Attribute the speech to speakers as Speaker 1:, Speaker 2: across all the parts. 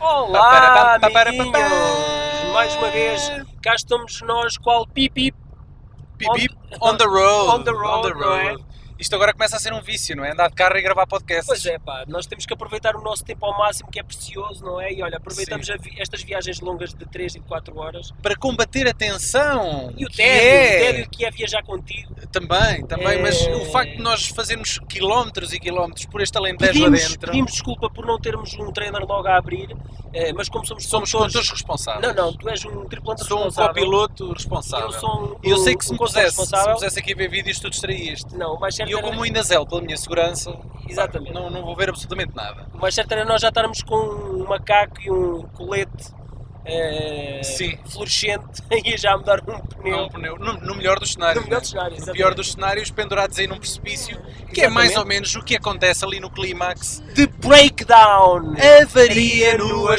Speaker 1: Olá, amiguinhos! Mais uma vez, cá estamos nós, qual pipi
Speaker 2: Bip,
Speaker 1: On-
Speaker 2: bip, on the road.
Speaker 1: On the road, não é?
Speaker 2: Isto agora começa a ser um vício, não é? Andar de carro e gravar podcasts.
Speaker 1: Pois é, pá, nós temos que aproveitar o nosso tempo ao máximo, que é precioso, não é? E olha, aproveitamos
Speaker 2: Sim.
Speaker 1: a vi- estas viagens longas de 3 e 4 horas.
Speaker 2: Para combater a tensão.
Speaker 1: E o
Speaker 2: que
Speaker 1: tédio,
Speaker 2: é-
Speaker 1: o tédio que é viajar contigo.
Speaker 2: Também,
Speaker 1: É.
Speaker 2: também, mas o facto de nós fazermos quilómetros e quilómetros por este Alentejo
Speaker 1: Pedimos,
Speaker 2: adentro,
Speaker 1: pedimos desculpa por não termos um trainer logo a abrir, eh, mas como somos
Speaker 2: somos condutores responsáveis.
Speaker 1: Não, não, tu és um tripulante
Speaker 2: Sou um
Speaker 1: responsável.
Speaker 2: copiloto
Speaker 1: Eu
Speaker 2: responsável.
Speaker 1: sou um,
Speaker 2: E eu sei que se
Speaker 1: um
Speaker 2: me
Speaker 1: condutor
Speaker 2: pusesse, se me
Speaker 1: responsável.
Speaker 2: pusesse aqui a ver vídeos, tu distraías-te.
Speaker 1: Não, o mais certo
Speaker 2: E eu,
Speaker 1: era-
Speaker 2: como ainda zelo pela minha segurança,
Speaker 1: Exatamente.
Speaker 2: não, não vou ver absolutamente nada.
Speaker 1: O mais certo era nós já estarmos com um macaco e um colete eh,
Speaker 2: Sim.
Speaker 1: fluorescente e já mudar um
Speaker 2: Há
Speaker 1: pneu.
Speaker 2: um pneu- no, no melhor dos cenários.
Speaker 1: No melhor
Speaker 2: não é?
Speaker 1: dos cenários,
Speaker 2: No pior
Speaker 1: exatamente.
Speaker 2: dos cenários, pendurados aí num precipício, que é mais
Speaker 1: Exatamente.
Speaker 2: ou menos o que acontece ali no clímax.
Speaker 1: The Breakdown! Eh,
Speaker 2: Avaria no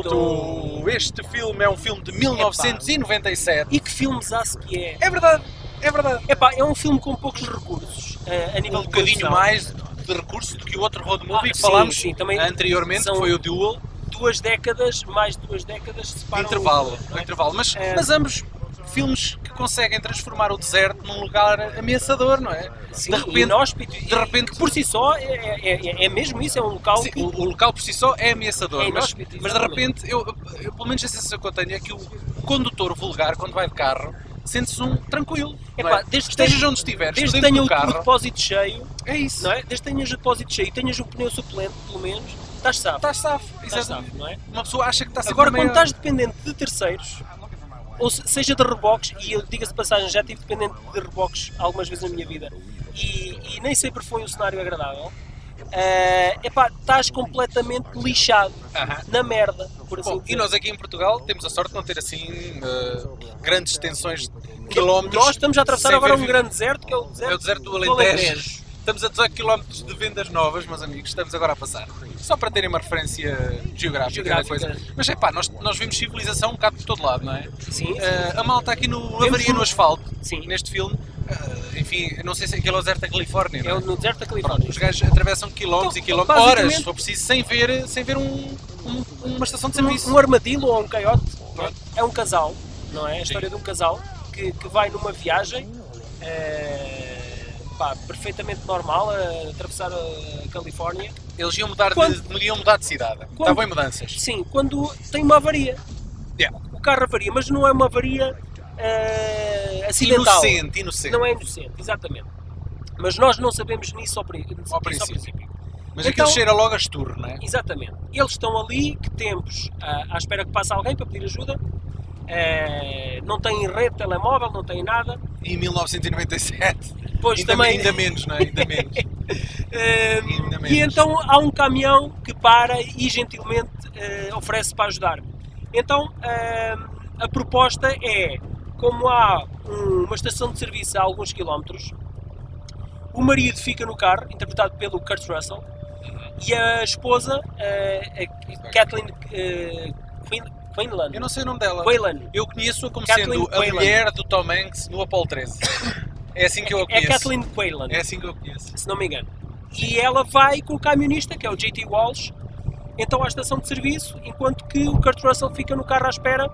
Speaker 2: asfalto! Este filme é um filme de 1997.
Speaker 1: E que filmes há se que é?
Speaker 2: É verdade, é verdade.
Speaker 1: Epá, é um filme com poucos recursos eh, a nível
Speaker 2: Um
Speaker 1: de
Speaker 2: bocadinho
Speaker 1: produção.
Speaker 2: mais de recurso do que o outro road movie
Speaker 1: Ah,
Speaker 2: que
Speaker 1: sim,
Speaker 2: falámos
Speaker 1: sim, também
Speaker 2: anteriormente,
Speaker 1: são-
Speaker 2: que foi o Duel,
Speaker 1: Duas décadas, mais de duas décadas,
Speaker 2: de
Speaker 1: separam...
Speaker 2: intervalo. de intervalo. Mas,
Speaker 1: É.
Speaker 2: mas ambos filmes que conseguem transformar o deserto num lugar ameaçador, não é?
Speaker 1: Sim,
Speaker 2: de repente,
Speaker 1: assim, um inóspito,
Speaker 2: de repente
Speaker 1: que por si só é, é- é- é mesmo isso, é um local
Speaker 2: Sim,
Speaker 1: que...
Speaker 2: o, o local por si só é ameaçador,
Speaker 1: É
Speaker 2: mas,
Speaker 1: inóspito,
Speaker 2: mas de
Speaker 1: exatamente.
Speaker 2: repente, eu, eu- pelo menos a sensação que eu tenho é que o condutor vulgar, quando vai de carro, sente-se um tranquilo. não
Speaker 1: Epá,
Speaker 2: é?
Speaker 1: desde que
Speaker 2: Estejas
Speaker 1: tenha-
Speaker 2: onde estiveres,
Speaker 1: Desde que tenha
Speaker 2: dentro do
Speaker 1: o, o
Speaker 2: carro,
Speaker 1: depósito cheio,
Speaker 2: é isso.
Speaker 1: não é? Desde que tenhas o depósito cheio, tenhas um pneu suplente, pelo menos, estás safo.
Speaker 2: Estás safo,
Speaker 1: Estás
Speaker 2: Tá, exatamente.
Speaker 1: safo, não é?
Speaker 2: Uma pessoa acha que está sempre
Speaker 1: Agora,
Speaker 2: meio-
Speaker 1: quando estás dependente de terceiros, ou se- seja de reboques, e eu diga-se de passagem, já estive dependente de reboques algumas vezes na minha vida, e, e nem sempre foi um cenário agradável, eh, epá, estás completamente lixado,
Speaker 2: Aham.
Speaker 1: na merda, por assim
Speaker 2: Bom,
Speaker 1: dizer.
Speaker 2: e nós aqui em Portugal temos a sorte de não ter assim eh, grandes extensões de quilómetros.
Speaker 1: Nós estamos a atravessar
Speaker 2: sem
Speaker 1: agora
Speaker 2: ver-
Speaker 1: um grande deserto, que é o deserto,
Speaker 2: É o deserto do Alentejo. Estamos a 18 km de vendas novas, meus amigos, estamos agora a passar. Só para terem uma referência geográfica, da
Speaker 1: Geográfica.
Speaker 2: coisa. Mas é pá, nós, nós vimos civilização um bocado por todo lado, não é?
Speaker 1: Sim,
Speaker 2: Eh, a malta aqui no
Speaker 1: Vemos
Speaker 2: Avaria
Speaker 1: um-
Speaker 2: no Asfalto,
Speaker 1: Sim.
Speaker 2: neste filme, eh, enfim, eu não sei se aquilo é o deserto da Califórnia, não
Speaker 1: é
Speaker 2: é?
Speaker 1: o no deserto da Califórnia.
Speaker 2: Pronto, os gajos atravessam quilómetros
Speaker 1: Então,
Speaker 2: e quilómetros,
Speaker 1: basicamente-
Speaker 2: horas, se for preciso, sem ver, sem ver um- um- uma estação de serviço.
Speaker 1: um, um armadilho ou um coiote não é?
Speaker 2: Pronto.
Speaker 1: é um casal, não é? A história de um casal que, que vai numa viagem eh, pá, perfeitamente normal a atravessar a Califórnia.
Speaker 2: Eles iam mudar,
Speaker 1: Quando-
Speaker 2: de, iam mudar de cidade.
Speaker 1: Quando-
Speaker 2: Estavam em mudanças.
Speaker 1: Sim, quando tem uma avaria.
Speaker 2: Yeah.
Speaker 1: O carro avaria, mas não é uma avaria eh, acidental.
Speaker 2: Inocente, inocente.
Speaker 1: Não é inocente, exatamente. Mas nós não sabemos nisso ao, prin- nisso ao
Speaker 2: princípio.
Speaker 1: princípio.
Speaker 2: Mas
Speaker 1: Então-
Speaker 2: aquilo cheira logo a esturro, não é?
Speaker 1: Exatamente. Eles estão ali, que tempos, ah, à espera que passe alguém para pedir ajuda. Eh, não têm rede telemóvel, não têm nada.
Speaker 2: Em 1997.
Speaker 1: Pois
Speaker 2: ainda,
Speaker 1: também.
Speaker 2: ainda menos, não é? Ainda menos.
Speaker 1: Eh,
Speaker 2: ainda menos.
Speaker 1: e então há um caminhão que para e gentilmente eh, oferece para ajudar. Então eh, a proposta é: como há um- uma estação de serviço a alguns quilómetros, o marido fica no carro, interpretado pelo Kurt Russell,
Speaker 2: Uhum.
Speaker 1: e a esposa, eh, a Kathleen eh, Quin- Quinlan.
Speaker 2: é Eu não sei o nome dela.
Speaker 1: Quinlan.
Speaker 2: Eu conheço-a como
Speaker 1: Kathleen
Speaker 2: sendo a
Speaker 1: Quinlan.
Speaker 2: mulher do Tom Hanks no Apollo 13. É assim que eu a
Speaker 1: É
Speaker 2: conheço.
Speaker 1: Kathleen Quinlan.
Speaker 2: É assim que eu a conheço.
Speaker 1: se não me engano. E ela vai com o camionista, que é o JT Walsh, então à estação de serviço, enquanto que o Kurt Russell fica no carro à espera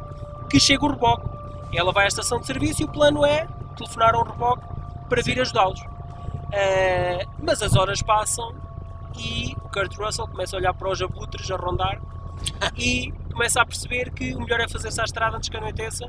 Speaker 1: que chegue o reboque. Ela vai à estação de serviço e o plano é telefonar ao reboque para vir ajudá-los. Ah, mas as horas passam e o Kurt Russell começa a olhar para os abutres a rondar e começa a perceber que o melhor é fazer-se à estrada antes que anoiteça.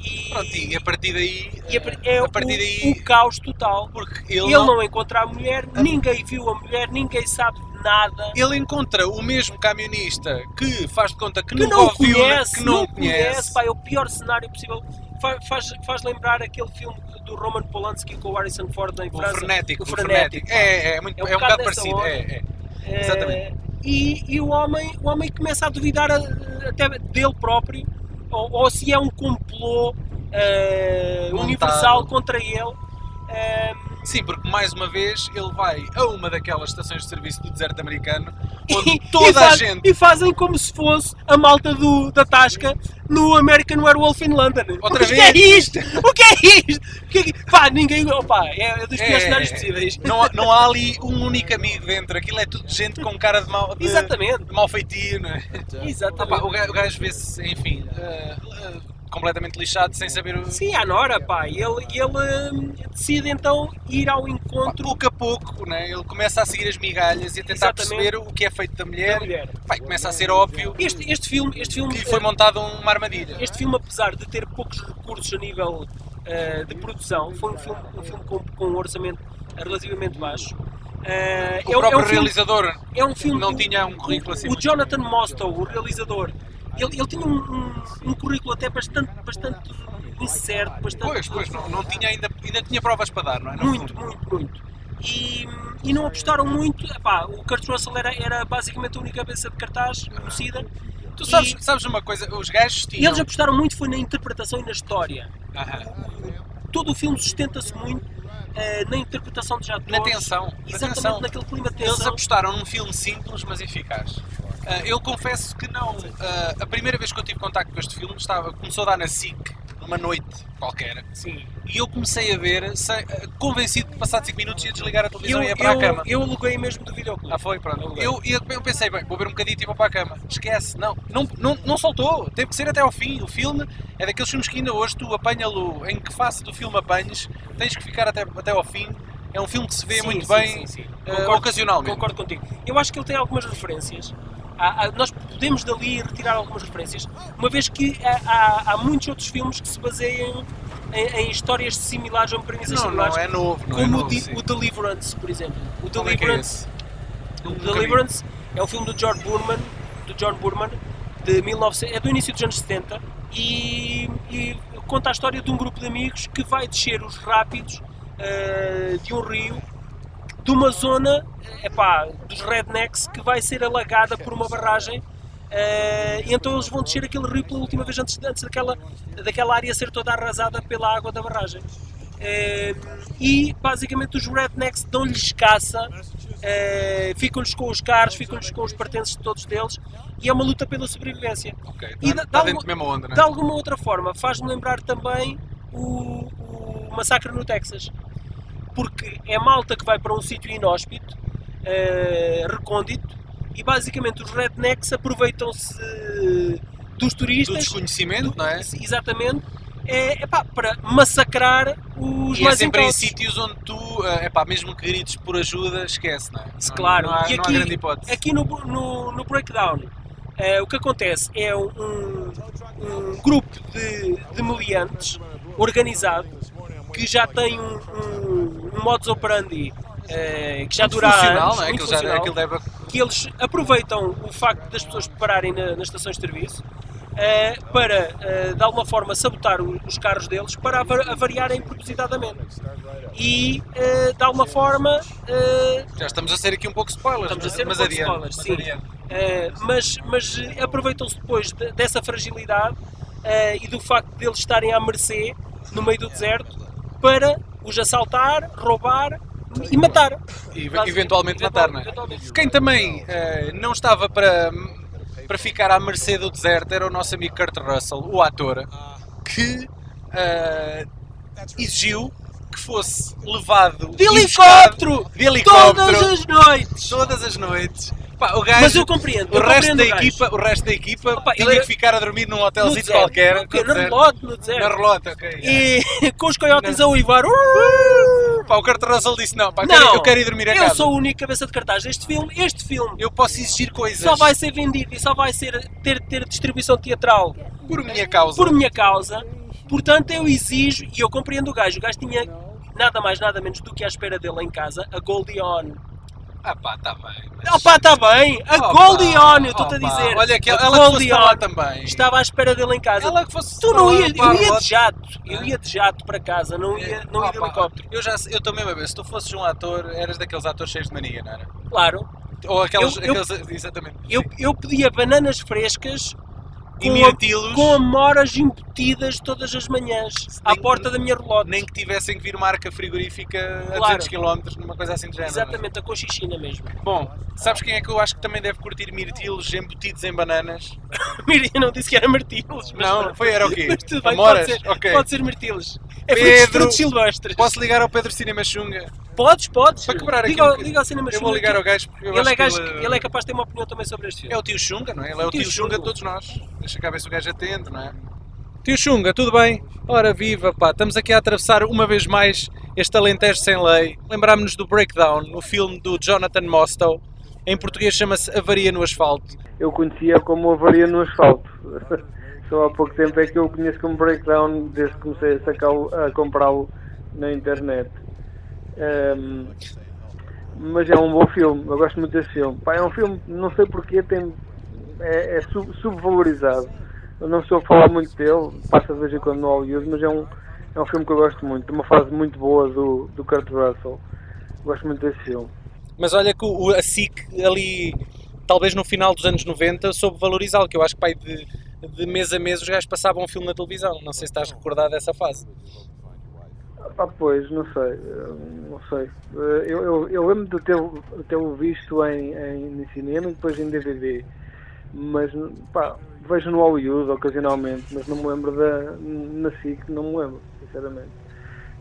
Speaker 1: E,
Speaker 2: Pronto, e a partir daí.
Speaker 1: e a par-
Speaker 2: eh,
Speaker 1: é
Speaker 2: a partir
Speaker 1: o-
Speaker 2: daí.
Speaker 1: o caos total.
Speaker 2: Porque
Speaker 1: Ele,
Speaker 2: ele,
Speaker 1: não...
Speaker 2: não- Ah.
Speaker 1: encontra a mulher, ninguém viu a mulher, ninguém sabe nada.
Speaker 2: ele encontra o mesmo camionista que faz de conta que,
Speaker 1: Que
Speaker 2: nunca
Speaker 1: não o
Speaker 2: ouviu, né?
Speaker 1: conhece,
Speaker 2: que
Speaker 1: não,
Speaker 2: não o
Speaker 1: conhece.
Speaker 2: conhece.
Speaker 1: pá, é o pior cenário possível. Fa- Faz, faz lembrar aquele filme do Roman Polanski com o Harrison Ford em
Speaker 2: O
Speaker 1: França.
Speaker 2: frenético, o frenético.
Speaker 1: frenético.
Speaker 2: É, é, é, muito, é um bocado
Speaker 1: nessa
Speaker 2: parecido.
Speaker 1: onda.
Speaker 2: É, é.
Speaker 1: Eh,
Speaker 2: exatamente.
Speaker 1: E, e o, homem, o homem começa a duvidar a- até dele próprio, ou, ou se é um complô eh,
Speaker 2: Montado.
Speaker 1: universal contra ele. Eh,
Speaker 2: Sim, porque mais uma vez ele vai a uma daquelas estações de serviço do deserto americano onde
Speaker 1: E- e
Speaker 2: toda a
Speaker 1: faz-
Speaker 2: gente.
Speaker 1: E fazem como se fosse a malta do, da Tasca no American Werewolf in London.
Speaker 2: Outra
Speaker 1: o que é
Speaker 2: vez?
Speaker 1: isto? O que é isto? O que é que- Pá, ninguém. Opa, é, é dos piores cenários possíveis.
Speaker 2: Não, há- não há ali um único amigo dentro, aquilo é tudo gente com cara de mal, de,
Speaker 1: Exatamente.
Speaker 2: de mal feitio, não é? Ah
Speaker 1: Exatamente.
Speaker 2: pá, É. o ga- o gajo vê-se, enfim, eh, eh, completamente lixado sem saber o.
Speaker 1: Sim, à Nora, pá. E ele, e ele hum, decide então ir ao
Speaker 2: Pá,
Speaker 1: encontro
Speaker 2: pouco é um a pouco, né? ele começa a seguir as migalhas e a tentar
Speaker 1: Exatamente.
Speaker 2: perceber o que é feito da
Speaker 1: da
Speaker 2: mulher.
Speaker 1: mulher.
Speaker 2: Pá, e começa a ser óbvio
Speaker 1: Este, este filme, este filme, eh,
Speaker 2: que lhe foi montada uma armadilha.
Speaker 1: este filme, apesar de ter poucos recursos a nível eh, de produção, foi um filme, um filme com, com um orçamento relativamente baixo. Eh,
Speaker 2: O
Speaker 1: é, um- é
Speaker 2: próprio
Speaker 1: um filme,
Speaker 2: realizador
Speaker 1: é um filme
Speaker 2: não tinha um currículo assim.
Speaker 1: O Jonathan Mostow, o realizador, ele, ele tinha um, um- um currículo até bastante, bastante incerto, bastante
Speaker 2: Pois, pois, não, não tinha ainda, ainda tinha provas para dar, não é? No
Speaker 1: muito,
Speaker 2: fundo.
Speaker 1: muito, muito. E, e não apostaram muito. Epá, o Kurt Russell era, era basicamente a única cabeça de cartaz conhecida.
Speaker 2: Tu sabes,
Speaker 1: E-
Speaker 2: sabes uma coisa, os gajos
Speaker 1: E
Speaker 2: tinham.
Speaker 1: eles apostaram muito foi na interpretação e na história.
Speaker 2: Aham.
Speaker 1: Todo o filme sustenta-se muito eh, na interpretação dos atores.
Speaker 2: Na tensão. Na
Speaker 1: Exatamente,
Speaker 2: tensão.
Speaker 1: naquele clima de
Speaker 2: Eles
Speaker 1: tensão.
Speaker 2: apostaram num filme simples, mas eficaz. Ah, eu confesso que não. ah, a primeira vez que eu tive contacto com este filme estava, começou a dar na SIC, numa noite qualquer.
Speaker 1: Sim.
Speaker 2: E eu comecei a ver, sem- ah, convencido de passar 5 minutos ia desligar a televisão
Speaker 1: Eu,
Speaker 2: e ia para a
Speaker 1: eu,
Speaker 2: cama.
Speaker 1: eu aluguei mesmo do videoclube.
Speaker 2: Ah, foi, pronto.
Speaker 1: Aluguei.
Speaker 2: Eu, eu, eu pensei, bem, vou ver um bocadinho e vou para a cama. Esquece, não, não, não, não soltou, teve que ser até ao fim. O filme é daqueles filmes que ainda hoje tu apanha-lo, em que face do filme apanhes, tens que ficar até, até ao fim. É um filme que se vê
Speaker 1: Sim,
Speaker 2: muito
Speaker 1: sim,
Speaker 2: bem
Speaker 1: sim, sim.
Speaker 2: ah,
Speaker 1: Concordo-
Speaker 2: ocasionalmente.
Speaker 1: Concordo contigo. Eu acho que ele tem algumas referências. Há- há- nós podemos dali retirar algumas referências, uma vez que há, há- há muitos outros filmes que se baseiam em, em histórias similares ou em premissas
Speaker 2: Não, não
Speaker 1: similares.
Speaker 2: é novo, não
Speaker 1: como
Speaker 2: é
Speaker 1: o,
Speaker 2: novo,
Speaker 1: Di-
Speaker 2: sim.
Speaker 1: o Deliverance, por exemplo. O
Speaker 2: Qual é que é
Speaker 1: Deliverance,
Speaker 2: esse?
Speaker 1: o
Speaker 2: Nunca vi.
Speaker 1: Deliverance é o filme do John Burman, do John Burman, de 1900, é do início dos anos 70 e, e conta a história de um grupo de amigos que vai descer os rápidos ah, de um rio de uma zona eh, epá, dos rednecks que vai ser alagada por uma barragem eh, e então eles vão descer aquele rio pela última vez antes, antes daquela, daquela área ser toda arrasada pela água da barragem. Eh, e basicamente os rednecks dão-lhes caça, eh, ficam-lhes com os carros, ficam-lhes com os pertences de todos deles e é uma luta pela sobrevivência.
Speaker 2: Ok, tá-
Speaker 1: E dá- dá
Speaker 2: tá dentro
Speaker 1: uma-
Speaker 2: da mesma onda, não é?
Speaker 1: De alguma outra forma, faz-me lembrar também o, o massacre no Texas. Porque é malta que vai para um sítio inóspito, eh, recôndito, e basicamente os rednecks aproveitam-se dos
Speaker 2: Do
Speaker 1: turistas.
Speaker 2: desconhecimento, não é?
Speaker 1: Ex- Exatamente. É, epá, para massacrar os
Speaker 2: E é
Speaker 1: mais
Speaker 2: sempre em
Speaker 1: incautos.
Speaker 2: sítios onde tu, é pá, mesmo que grites por ajuda, esquece, não é? Não-
Speaker 1: Claro,
Speaker 2: não há,
Speaker 1: e
Speaker 2: não há
Speaker 1: aqui- é
Speaker 2: grande hipótese.
Speaker 1: Aqui no, no, no breakdown, eh, o que acontece é um, um grupo de, de meliantes organizado que já tem um, um, um modus operandi eh, que já dura
Speaker 2: Funcional,
Speaker 1: anos,
Speaker 2: não é?
Speaker 1: muito
Speaker 2: Aquilo, já,
Speaker 1: funcional,
Speaker 2: aquilo deve...
Speaker 1: que eles aproveitam o facto das pessoas pararem na- nas estações de serviço eh, para, eh, de alguma forma, sabotar o- os carros deles para ava- avariarem propositadamente. E, eh, de alguma forma, eh,
Speaker 2: Já estamos a ser aqui um pouco spoilers,
Speaker 1: Estamos a
Speaker 2: mas-
Speaker 1: ser um
Speaker 2: mas
Speaker 1: pouco
Speaker 2: adiante,
Speaker 1: spoilers,
Speaker 2: mas
Speaker 1: sim.
Speaker 2: adiante.
Speaker 1: Uh, mas, mas uh, aproveitam-se depois de- dessa fragilidade uh, e do facto de eles estarem à mercê no meio do deserto para os assaltar, roubar e matar.
Speaker 2: E
Speaker 1: Basicamente,
Speaker 2: eventualmente matar, não é?
Speaker 1: eventualmente.
Speaker 2: Quem também eh, não estava para, para ficar à mercê do deserto era o nosso amigo Kurt Russell, o ator, que eh, exigiu que fosse levado
Speaker 1: De
Speaker 2: e
Speaker 1: helicóptero!
Speaker 2: buscado de helicóptero
Speaker 1: Todas as noites!
Speaker 2: todas as noites. Pá, o gajo,
Speaker 1: Mas eu compreendo,
Speaker 2: o,
Speaker 1: eu
Speaker 2: resto
Speaker 1: compreendo
Speaker 2: da
Speaker 1: o gajo.
Speaker 2: equipa, o resto da equipa
Speaker 1: Opa,
Speaker 2: tinha
Speaker 1: ele-
Speaker 2: que ficar a dormir num
Speaker 1: No
Speaker 2: hotelzinho
Speaker 1: deserto,
Speaker 2: qualquer.
Speaker 1: no- no
Speaker 2: deserto.
Speaker 1: relote, no
Speaker 2: Na
Speaker 1: deserto.
Speaker 2: relota, ok.
Speaker 1: E com os coiotes a uivar.
Speaker 2: Pá, o Kurt Russell disse, não, pá, eu quero-
Speaker 1: Não,
Speaker 2: eu quero ir dormir a
Speaker 1: eu
Speaker 2: casa.
Speaker 1: sou o único cabeça de cartaz deste filme. Este filme
Speaker 2: Eu posso exigir coisas
Speaker 1: só vai ser vendido e só vai ser, ter, ter distribuição teatral
Speaker 2: por minha causa.
Speaker 1: por minha causa. Portanto, eu exijo, e eu compreendo o gajo, o gajo tinha nada mais, nada menos do que à espera dele em casa, a Goldie On.
Speaker 2: Ah pá, tá bem. mas- Oh,
Speaker 1: Opa, está bem, a
Speaker 2: Opa,
Speaker 1: Goldie On, eu estou-te a
Speaker 2: opa,
Speaker 1: dizer.
Speaker 2: Olha que ela,
Speaker 1: a
Speaker 2: ela que fosse
Speaker 1: Goldie
Speaker 2: para lá
Speaker 1: On
Speaker 2: também.
Speaker 1: Estava à espera dele em casa.
Speaker 2: Ela que fosse
Speaker 1: Tu não
Speaker 2: para lá,
Speaker 1: ias,
Speaker 2: para a
Speaker 1: eu ia
Speaker 2: relota.
Speaker 1: de jato, eu
Speaker 2: Ah.
Speaker 1: ia de jato para casa, não ia, não ia
Speaker 2: Ah,
Speaker 1: de
Speaker 2: pá,
Speaker 1: helicóptero.
Speaker 2: Eu, já, eu também, meu bem, se tu fosses um ator, eras daqueles atores cheios de mania, não era?
Speaker 1: Claro,
Speaker 2: Ou aqueles.
Speaker 1: Eu- eu-
Speaker 2: aqueles exatamente.
Speaker 1: eu, eu pedia bananas frescas
Speaker 2: E
Speaker 1: com, a-
Speaker 2: miratilos.
Speaker 1: com amoras embutidas todas as manhãs à
Speaker 2: Nem-
Speaker 1: porta da minha relógio.
Speaker 2: Nem que tivessem que vir marca frigorífica a
Speaker 1: Claro.
Speaker 2: 200 km, numa coisa assim de género.
Speaker 1: Exatamente, a cochichina mesmo.
Speaker 2: Bom, sabes quem é que eu acho que também deve curtir mirtilos embutidos em bananas?
Speaker 1: Mir- Eu não disse que era martilos, mas
Speaker 2: Não,
Speaker 1: pronto.
Speaker 2: foi, era o quê?
Speaker 1: Mas tudo bem,
Speaker 2: Amoras?
Speaker 1: pode ser,
Speaker 2: Ok.
Speaker 1: pode ser martilos. É frutos,
Speaker 2: Pedro.
Speaker 1: frutos silvestres.
Speaker 2: Posso ligar ao Pedro Cinema Xunga?
Speaker 1: Podes, podes.
Speaker 2: Para quebrar aqui
Speaker 1: liga,
Speaker 2: um
Speaker 1: ao-
Speaker 2: bocadinho.
Speaker 1: liga ao cinema
Speaker 2: Eu vou
Speaker 1: Xunga,
Speaker 2: ligar
Speaker 1: que
Speaker 2: ao gajo porque eu
Speaker 1: ele,
Speaker 2: acho
Speaker 1: é gajo,
Speaker 2: que
Speaker 1: que- ele é capaz de ter uma opinião também sobre este filme.
Speaker 2: É o tio Xunga, não é? Ele é o
Speaker 1: Tio
Speaker 2: tio, Xunga de
Speaker 1: Xunga.
Speaker 2: todos nós. Deixa cá ver se o gajo atende, não é? Tio Xunga, tudo bem? Ora viva, pá, estamos aqui a atravessar uma vez mais este Alentejo sem lei. Lembrámos-nos do Breakdown, o filme do Jonathan Mostow. Em português chama-se Avaria no Asfalto.
Speaker 3: eu conhecia como avaria no asfalto. Só há pouco tempo é que eu o conheço como breakdown desde que comecei a, sacá-lo- a comprá-lo na internet. Ahm, mas é um bom filme, eu gosto muito desse filme. Pá, é um filme, não sei porquê, tem, é, é sub- subvalorizado. Eu não estou a falar muito dele, passa de vez em quando no Hollywood, mas é um, é um filme que eu gosto muito, de uma fase muito boa do, do Kurt Russell. Gosto muito desse filme.
Speaker 2: Mas olha que o, a SIC ali, talvez no final dos anos 90, soube valorizá-lo, que eu acho que pai de, de mês a mês os gajos passavam o filme na televisão. Não sei se estás recordado dessa fase.
Speaker 3: Ah, pois, não sei. eh, Não sei. Eh, Eu, eu, eu lembro de tê-lo tê-lo visto em, em, no cinema e depois em DVD. Mas, pá, vejo no Hollywood ocasionalmente, mas não me lembro da. Na SIC, não me lembro, sinceramente.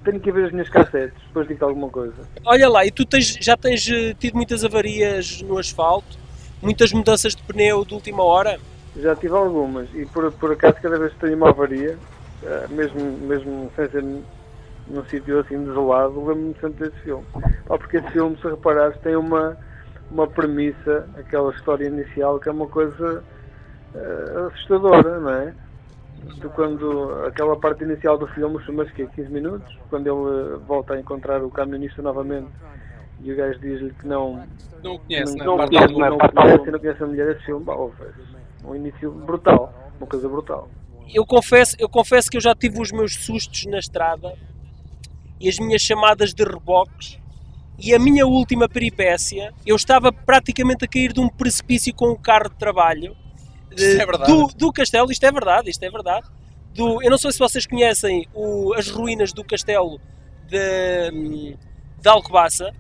Speaker 3: Tenho que ir ver as minhas cassetes, depois digo alguma coisa.
Speaker 1: Olha lá, e tu tens- já tens eh, tido muitas avarias no asfalto? Muitas mudanças de pneu de última hora?
Speaker 3: Já tive algumas e por, por acaso cada vez que tenho uma avaria, eh, mesmo, mesmo sem ser num- num sítio assim desolado, lembro-me sempre desse filme. Pá, porque esse filme, se reparares, tem uma, uma premissa, aquela história inicial, que é uma coisa eh, assustadora, não é? Tu quando aquela parte inicial do filme, mas que 15 minutos, quando ele eh, volta a encontrar o camionista novamente e o gajo diz-lhe que não,
Speaker 2: Não o conhece, né?
Speaker 3: não, não,
Speaker 2: Parte
Speaker 3: não, é
Speaker 2: do-
Speaker 3: não, não, não conhece a mulher desse filme, pá, houve um início brutal, uma coisa brutal.
Speaker 1: eu confesso, eu confesso que eu já tive os meus sustos na estrada e as minhas chamadas de reboques e a minha última peripécia, eu estava praticamente a cair de um precipício com o carro de trabalho
Speaker 2: Isto
Speaker 1: eh,
Speaker 2: é verdade.
Speaker 1: do, do castelo, isto é verdade, isto é verdade. Do, eu não sei se vocês conhecem o- as ruínas do castelo de, hum, de Alcobaça,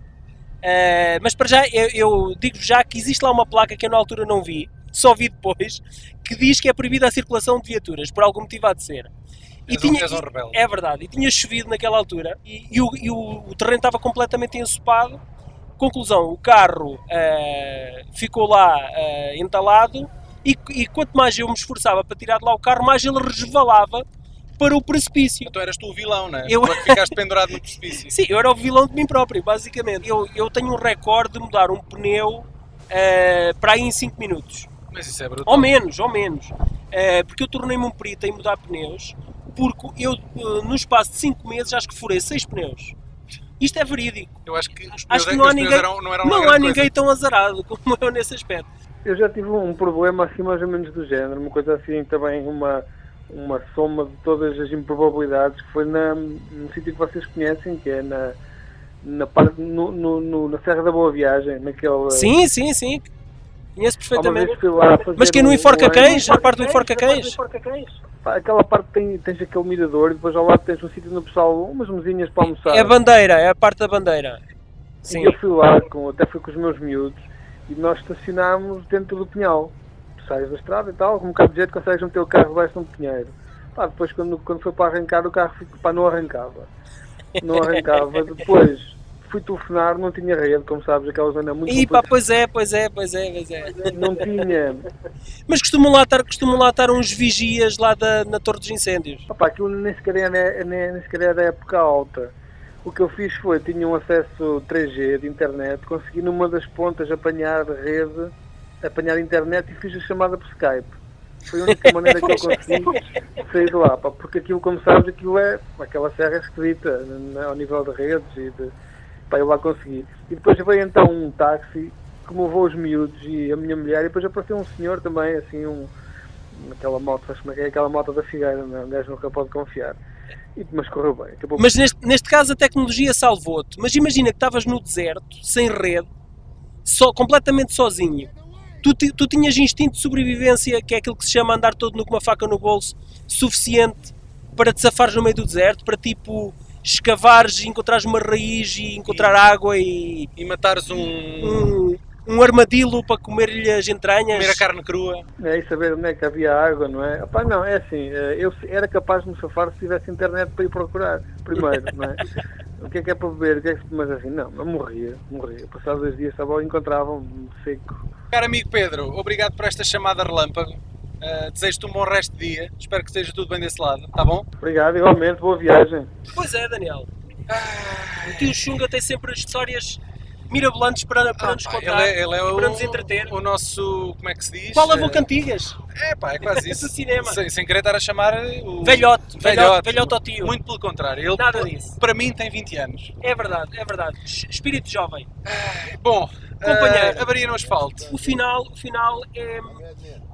Speaker 1: eh, mas para já eu, eu digo-vos já que existe lá uma placa que eu na altura não vi, só vi depois, que diz que é proibida a circulação de viaturas, por algum motivo há de ser. E
Speaker 2: És um-
Speaker 1: tinha-
Speaker 2: és um rebelde.
Speaker 1: é verdade, e tinha chovido naquela altura e, e o, e o- o terreno estava completamente ensopado. Conclusão, o carro eh, ficou lá eh, entalado e, e quanto mais eu me esforçava para tirar de lá o carro, mais ele resvalava para o precipício.
Speaker 2: Então eras tu o vilão, não é?
Speaker 1: Eu-
Speaker 2: Tu é que ficaste pendurado no precipício.
Speaker 1: Sim, eu era o vilão de mim próprio, basicamente. Eu, eu tenho um recorde de mudar um pneu eh, para aí em 5 minutos.
Speaker 2: Mas isso é brutal.
Speaker 1: Ou menos, ou menos. Eh, porque eu tornei-me um perito em mudar pneus, porque eu, eh, no espaço de 5 meses, acho que furei 6 pneus. Isto é verídico.
Speaker 2: Eu acho que os
Speaker 1: Acho
Speaker 2: pneus,
Speaker 1: que
Speaker 2: é-
Speaker 1: não há
Speaker 2: os pneus
Speaker 1: ninguém,
Speaker 2: eram, não eram lá
Speaker 1: não
Speaker 2: grande
Speaker 1: há ninguém tão azarado como eu nesse aspecto.
Speaker 3: Eu já tive um problema assim mais ou menos do género, uma coisa assim também, uma, uma soma de todas as improbabilidades, que foi na, num sítio que vocês conhecem, que é na, na, parte, no, no- no- na Serra da Boa Viagem, naquela...
Speaker 1: Sim, sim, sim. Conheço
Speaker 3: Uma vez
Speaker 1: perfeitamente.
Speaker 3: fui lá fazer
Speaker 1: Mas quem
Speaker 3: um-
Speaker 1: não
Speaker 3: um
Speaker 1: enforca
Speaker 3: ano-
Speaker 1: cães, a parte do enforca cães.
Speaker 3: Pá, Aquela parte tem, tens aquele mirador e depois ao lado tens um sítio onde o pessoal, umas mesinhas para almoçar.
Speaker 1: É a bandeira, é a parte da bandeira. Sim.
Speaker 3: E eu fui lá, com, até fui com os meus miúdos, e nós estacionámos dentro do pinhal. Tu sais da estrada e tal, com um bocado de jeito consegues meter o carro debaixo de um pinheiro. Pá, depois quando, quando foi para arrancar o carro, fico- pá, não arrancava. Não arrancava. Depois fui telefonar, não tinha rede, como sabes, aquela zona é muito
Speaker 1: E pá, pois é, pois é, pois é, pois é.
Speaker 3: complicada. Não tinha.
Speaker 1: Mas costumam lá estar, costumam lá estar uns vigias lá da, na Torre dos Incêndios.
Speaker 3: Opa, aquilo nem sequer, era, nem, nem sequer era época alta. O que eu fiz foi, tinha um acesso 3G de internet, consegui numa das pontas apanhar rede, apanhar internet e fiz a chamada por Skype. Foi a única maneira que eu consegui sair de lá, pá, porque aquilo, como sabes, aquilo é, aquela serra é escrita ao nível de redes e de... Pá, eu lá consegui. E depois veio então um táxi que me levou os miúdos e a minha mulher e depois apareceu um senhor também, assim, um, aquela moto, sabes como é que é? Aquela moto da Figueira, não é? um gajo nunca pode confiar. E, mas correu bem. Acabou
Speaker 1: Mas neste, neste caso a tecnologia salvou-te. Mas imagina que estavas no deserto, sem rede, só, completamente sozinho. Tu, ti- tu tinhas instinto de sobrevivência, que é aquilo que se chama andar todo nu com uma faca no bolso, suficiente para te safares no meio do deserto, para tipo escavares e encontrares uma raiz e encontrar água e
Speaker 2: E matares um.
Speaker 1: um, um armadilho para comer-lhe as entranhas.
Speaker 2: comer a carne crua.
Speaker 3: É, e saber onde é que havia água, não é? Opá, não, é assim, eh, eu se- era capaz de me safar se tivesse internet para ir procurar, primeiro, não é? O que é que é para beber? O que é que... Mas assim, não, eu morria, morria. Passados dois dias estava, encontravam-me seco.
Speaker 2: Caro amigo Pedro, obrigado por esta chamada relâmpago. Ah, Desejo-te um bom resto de dia. Espero que esteja tudo bem desse lado, tá bom?
Speaker 3: Obrigado, igualmente, boa viagem.
Speaker 1: Pois é, Daniel.
Speaker 2: Ah,
Speaker 1: O tio Xunga tem sempre as histórias mirabolantes para, para nos
Speaker 2: Ah, pá,
Speaker 1: contar.
Speaker 2: ele é, ele é
Speaker 1: e
Speaker 2: o,
Speaker 1: para nos entreter.
Speaker 2: o nosso. Como é que se diz?
Speaker 1: Qual avô cantigas?
Speaker 2: É pá, é quase isso.
Speaker 1: Do cinema.
Speaker 2: Sem, sem querer estar a chamar
Speaker 1: Velhote,
Speaker 2: o.
Speaker 1: velhote,
Speaker 2: Velhote.
Speaker 1: velhote ao tio.
Speaker 2: Muito pelo contrário. Ele,
Speaker 1: Nada disso.
Speaker 2: Para mim tem 20 anos.
Speaker 1: É verdade, é verdade. Es- Espírito jovem.
Speaker 2: Bom,
Speaker 1: Companheiro.
Speaker 2: ah, avaria no asfalto.
Speaker 1: O final, o final é,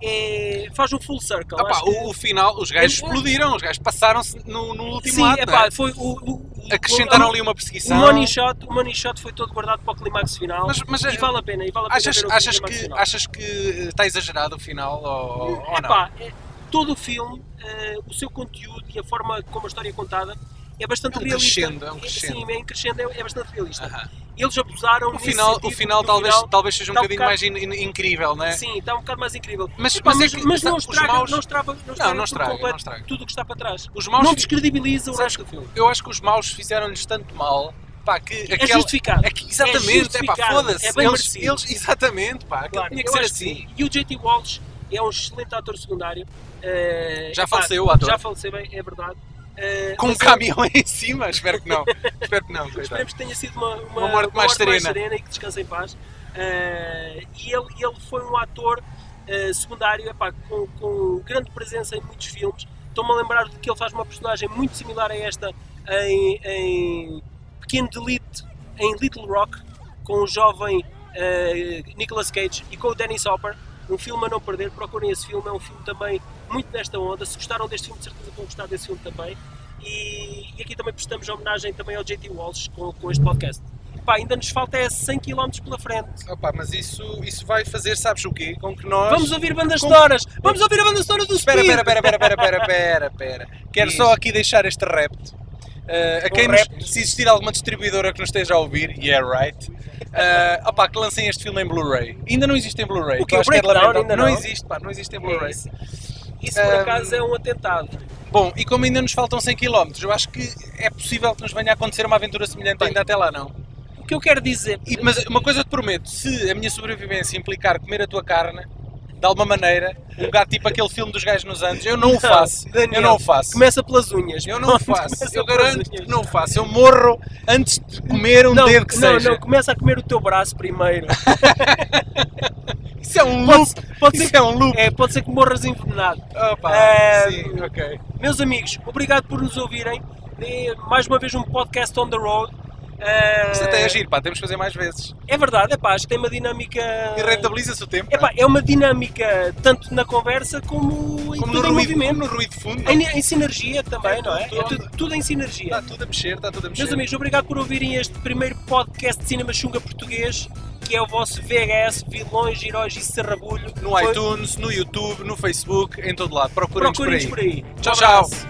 Speaker 1: é- faz um full circle.
Speaker 2: Ah pá,
Speaker 1: Acho que-
Speaker 2: o, o final, os gajos
Speaker 1: Eu-
Speaker 2: explodiram, os gajos passaram-se no, no último
Speaker 1: Sim,
Speaker 2: ato.
Speaker 1: é
Speaker 2: não
Speaker 1: pá,
Speaker 2: é?
Speaker 1: foi o, o- o-
Speaker 2: Acrescentaram
Speaker 1: o-
Speaker 2: ali uma
Speaker 1: o
Speaker 2: perseguição.
Speaker 1: money shot, o money shot foi todo guardado para o clímax final.
Speaker 2: Mas- mas, é-
Speaker 1: e vale a pena, e vale a pena
Speaker 2: Achas,
Speaker 1: ver o
Speaker 2: achas,
Speaker 1: clímax
Speaker 2: que,
Speaker 1: final.
Speaker 2: achas que eh, está exagerado o final ou, ou não?
Speaker 1: Epá, é- todo o filme, eh, o seu conteúdo e a forma como a história é contada é bastante
Speaker 2: É um
Speaker 1: realista.
Speaker 2: crescendo, é um crescendo.
Speaker 1: Sim, é em crescendo, é, é bastante realista.
Speaker 2: Aham.
Speaker 1: Eles abusaram
Speaker 2: O
Speaker 1: nesse
Speaker 2: final, o
Speaker 1: sentido,
Speaker 2: final,
Speaker 1: no
Speaker 2: talvez,
Speaker 1: final,
Speaker 2: talvez seja um
Speaker 1: tá um
Speaker 2: bocadinho
Speaker 1: bocado-
Speaker 2: mais in- in- incrível, não é?
Speaker 1: Sim, está um bocado mais incrível.
Speaker 2: Mas-
Speaker 1: Epá,
Speaker 2: mas é que-
Speaker 1: mas não
Speaker 2: os
Speaker 1: estraga,
Speaker 2: maus-
Speaker 1: não estraga, não estraga,
Speaker 2: não
Speaker 1: por
Speaker 2: estraga,
Speaker 1: completo
Speaker 2: não estraga.
Speaker 1: tudo o que está para trás.
Speaker 2: Os maus
Speaker 1: não
Speaker 2: fi-
Speaker 1: descredibiliza o
Speaker 2: Sabes
Speaker 1: resto do filme.
Speaker 2: Eu acho que os maus fizeram-lhes tanto mal pá, que
Speaker 1: É justificado.
Speaker 2: aqui- exatamente, é, pá,
Speaker 1: justificado,
Speaker 2: foda-se.
Speaker 1: é bem
Speaker 2: eles,
Speaker 1: merecido.
Speaker 2: eles, exatamente, pá, aquilo
Speaker 1: Claro,
Speaker 2: tinha que
Speaker 1: eu
Speaker 2: ser
Speaker 1: acho que
Speaker 2: assim.
Speaker 1: sim. E o JT Walsh é um excelente ator secundário. Eh,
Speaker 2: Já
Speaker 1: epá,
Speaker 2: faleceu o ator.
Speaker 1: Já faleceu, bem, é verdade. Eh,
Speaker 2: Com um
Speaker 1: mas é-
Speaker 2: caminhão em cima, espero que não. espero que não, coitado.
Speaker 1: Esperemos que tenha sido uma, uma,
Speaker 2: Uma morte mais serena.
Speaker 1: e que descanse em paz. Eh, e ele, ele foi um ator eh, secundário epá, com, com grande presença em muitos filmes. Estou-me a lembrar de que ele faz uma personagem muito similar a esta em, em Pequeno Delito, em Little Rock, com o jovem eh, Nicolas Cage e com o Dennis Hopper. Um filme a não perder, procurem esse filme, é um filme também muito desta onda. Se gostaram deste filme, de certeza que vão gostar desse filme também. E, e aqui também prestamos homenagem também ao JT Walsh com, com este podcast. Pá, ainda nos falta é 100 km pela frente.
Speaker 2: Ah, pá, mas isso, isso vai fazer, sabes o quê? Com que nós.
Speaker 1: Vamos ouvir bandas
Speaker 2: Com-
Speaker 1: sonoras! Vamos ouvir a banda sonora do
Speaker 2: Espera,
Speaker 1: Speed!
Speaker 2: espera, espera, espera, espera, espera, espera, espera. Quero
Speaker 1: Diz.
Speaker 2: só aqui deixar este repto. Uh, a
Speaker 1: Um
Speaker 2: quem nos-
Speaker 1: repto.
Speaker 2: se existir alguma distribuidora que nos esteja a ouvir, e yeah, right, uh, opá, que lancem este filme em Blu-ray. Ainda não existe em Blu-ray.
Speaker 1: O quê? O
Speaker 2: acho que é
Speaker 1: Breakdown
Speaker 2: lamentável.
Speaker 1: ainda
Speaker 2: não
Speaker 1: não?
Speaker 2: existe, pá, não existe em
Speaker 1: É
Speaker 2: Blu-ray.
Speaker 1: isso. Isso por
Speaker 2: Um,
Speaker 1: acaso é um atentado.
Speaker 2: Bom, e como ainda nos faltam 100 km, eu acho que é possível que nos venha a acontecer uma aventura semelhante
Speaker 1: Bem.
Speaker 2: ainda até lá, não?
Speaker 1: O que eu quero dizer.
Speaker 2: E- mas uma coisa eu te prometo, se a minha sobrevivência implicar comer a tua carne, de alguma maneira, um gato tipo aquele filme dos gajos nos anos, eu não o faço.
Speaker 1: Daniel,
Speaker 2: eu não o faço.
Speaker 1: Começa pelas unhas.
Speaker 2: Eu não o
Speaker 1: Pronto,
Speaker 2: faço.
Speaker 1: começa
Speaker 2: Eu
Speaker 1: pelas
Speaker 2: garanto
Speaker 1: unhas.
Speaker 2: que não o faço. Eu morro antes de comer um
Speaker 1: não,
Speaker 2: dedo que
Speaker 1: não,
Speaker 2: seja.
Speaker 1: não, começa a comer o teu braço primeiro.
Speaker 2: Isso é um loop.
Speaker 1: Pode, pode, ser,
Speaker 2: Isso é um loop.
Speaker 1: é, pode ser que morras envenenado.
Speaker 2: Opa,
Speaker 1: É,
Speaker 2: sim, ok.
Speaker 1: Meus amigos, obrigado por nos ouvirem. E, mais uma vez um podcast on the road. Eh,
Speaker 2: Isso até é giro, pá. Temos que fazer mais vezes.
Speaker 1: É verdade, é pá, acho que tem uma dinâmica.
Speaker 2: E rentabiliza-se o tempo.
Speaker 1: É pá,
Speaker 2: não
Speaker 1: é uma dinâmica tanto na conversa como em
Speaker 2: Como no
Speaker 1: tudo em
Speaker 2: ruído,
Speaker 1: movimento.
Speaker 2: como no ruído de fundo.
Speaker 1: Em, em sinergia também,
Speaker 2: É
Speaker 1: não é?
Speaker 2: tudo, Tá,
Speaker 1: É tudo, tudo em sinergia.
Speaker 2: Está tudo a mexer, está tudo a mexer.
Speaker 1: Meus amigos, obrigado por ouvirem este primeiro podcast de cinema chunga português, que é o vosso VHS, Vilões, Heróis e Serrabulho.
Speaker 2: No
Speaker 1: Foi-
Speaker 2: iTunes, no YouTube, no Facebook, em todo lado. Procurem-nos por
Speaker 1: Procurem-nos
Speaker 2: aí.
Speaker 1: por aí. Um
Speaker 2: Tchau, tchau.
Speaker 1: abraço.